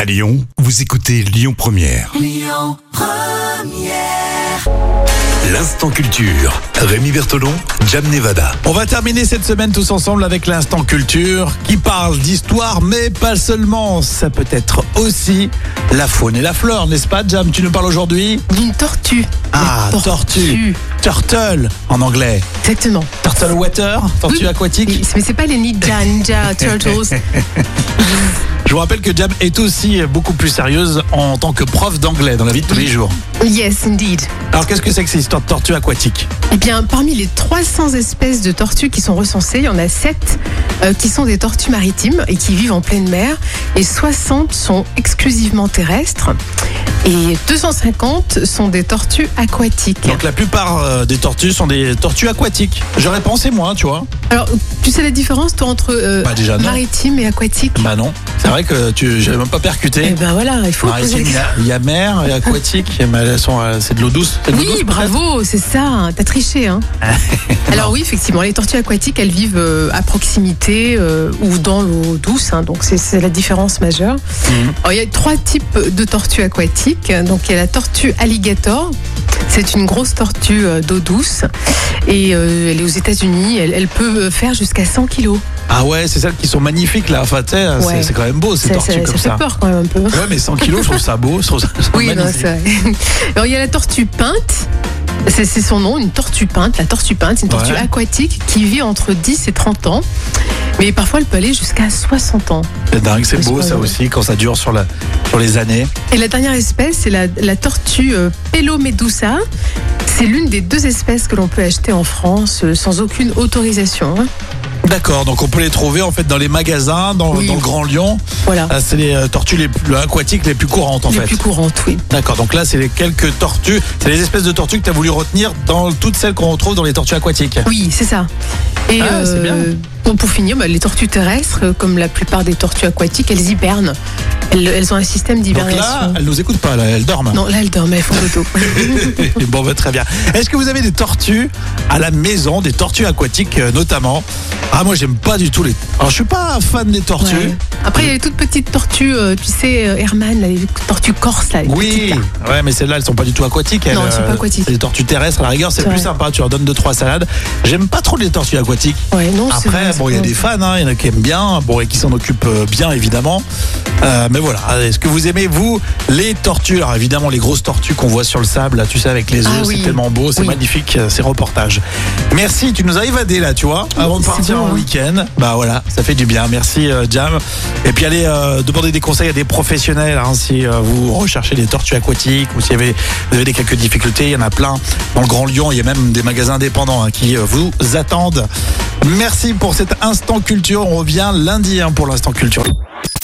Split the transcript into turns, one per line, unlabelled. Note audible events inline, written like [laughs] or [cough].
À Lyon, vous écoutez Lyon Première. L'instant culture. Rémi Bertolon, Jam Nevada.
On va terminer cette semaine tous ensemble avec l'instant culture qui parle d'histoire, mais pas seulement. Ça peut être aussi la faune et la flore, n'est-ce pas, Jam Tu nous parles aujourd'hui
D'une tortue.
Ah,
Des
tortue.
tortues.
Turtle en anglais.
Exactement.
Turtle water, tortue
Oui.
aquatique.
Oui, Mais c'est pas les ninja,
[laughs]
ninja, turtles.
Je vous rappelle que Jam est aussi beaucoup plus sérieuse en tant que prof d'anglais dans la vie de tous les jours.
Yes, indeed.
Alors qu'est-ce que c'est que cette histoire de tortue aquatique
Eh bien, parmi les 300 espèces de tortues qui sont recensées, il y en a 7 euh, qui sont des tortues maritimes et qui vivent en pleine mer. Et 60 sont exclusivement terrestres. Et 250 sont des tortues aquatiques.
Donc la plupart euh, des tortues sont des tortues aquatiques. J'aurais pensé moi, tu vois.
Alors, tu sais la différence, toi, entre euh,
Bah, déjà, non.
maritime et aquatique
Bah non. C'est vrai que tu j'avais même pas percuté.
Eh ben voilà, il faut poser
Maritime,
la
il y a- il y a mer, il y a aquatique, [laughs] mais elles sont, euh, c'est de l'eau douce. c'est de l'eau
Oui,
douce,
bravo, c'est ça, t'as triché.
[laughs]
Hein.
Ah,
Alors oui, effectivement, les tortues aquatiques, elles vivent euh, à proximité euh, ou dans l'eau douce, hein, donc c'est- c'est la différence majeure.
Mhm.
Alors, il y a trois types de tortues aquatiques. Donc il y a la tortue alligator, c'est une grosse tortue euh, d'eau douce, et euh, elle est aux États-Unis, elle, elle peut euh, faire jusqu'à 100 kilos.
Ah ouais, c'est celles qui sont magnifiques là. Enfin, tu sais, euh, c'est-
Ouais.
c'est quand même beau ces
Ça,
tortues
ça- ça
comme
fait
ça.
peur quand même un peu.
Ouais, mais 100 kilos, je trouve ça beau, je trouve ça, je trouve
Oui, non,
magnifique.
c'est vrai. Alors, il y a la tortue peinte. C'est c'est son nom, une tortue peinte. La tortue peinte, c'est une tortue
Ouais.
aquatique qui vit entre 10 et 30 ans. Mais parfois, elle peut aller jusqu'à 60 ans.
C'est dingue, c'est
C'est
beau
pas
ça
vrai.
aussi quand ça dure sur, la, sur les années.
Et la dernière espèce, c'est la, la tortue euh, Pelomedusa. C'est l'une des deux espèces que l'on peut acheter en France euh, sans aucune autorisation. hein.
D'accord, donc on peut les trouver en fait dans les magasins, dans,
Oui.
dans le Grand Lyon.
Voilà.
Ah, c'est les euh, tortues les plus, aquatiques les plus courantes en
les
fait.
plus courantes, oui.
D'accord, donc là c'est les quelques tortues, c'est les espèces de tortues que tu as voulu retenir dans toutes celles qu'on retrouve dans les tortues aquatiques.
Oui, c'est ça. Et euh,
Ah, c'est bien.
Pour, pour finir, bah, les tortues terrestres, euh, comme la plupart des tortues aquatiques, elles hibernent. Elles, elles ont un système
Donc là,
d'hibernation.
elles nous écoutent pas, là, elles dorment.
Non, là, elles dorment, elles font dodo.
[laughs] bon, bah, très bien. Est-ce que vous avez des tortues à la maison, des tortues aquatiques euh, notamment Ah, moi, j'aime pas du tout les. Alors, je suis pas un fan des tortues.
Ouais. Après, il y a les toutes petites tortues, euh, tu sais, euh, Herman, là, les tortues corses, là, les petites,
Oui,
là.
ouais, mais celles-là, elles sont pas du tout aquatiques.
Non, elles sont
euh,
pas aquatiques.
c'est Les tortues terrestres, à la rigueur, c'est
C'est
plus
vrai.
sympa. Tu leur donnes deux trois salades. J'aime pas trop les tortues aquatiques.
Ouais, non, c'est
Après,
vrai,
bon, il y a
c'est
des fans, hein, il y en a qui aiment bien, bon, et qui s'en occupent euh, bien, évidemment. Euh, mais voilà, est-ce que vous aimez, vous, les tortues Alors, évidemment, les grosses tortues qu'on voit sur le sable, là, tu sais, avec les œufs,
Ah oui.
c'est tellement beau, c'est
Oui.
magnifique, euh, ces reportages. Merci, tu nous as évadés, là, tu vois, avant de
c'est
partir
bon,
en
hein.
week-end. Bah voilà, ça fait du bien. Merci, euh, Jam. Et puis, allez euh, demander des conseils à des professionnels, hein, si euh, vous recherchez des tortues aquatiques ou s'il y avait, vous avez des quelques difficultés, il y en a plein. Dans le Grand Lyon, il y a même des magasins indépendants hein, qui euh, vous attendent. Merci pour cet instant culture. On revient lundi hein, pour l'instant culture.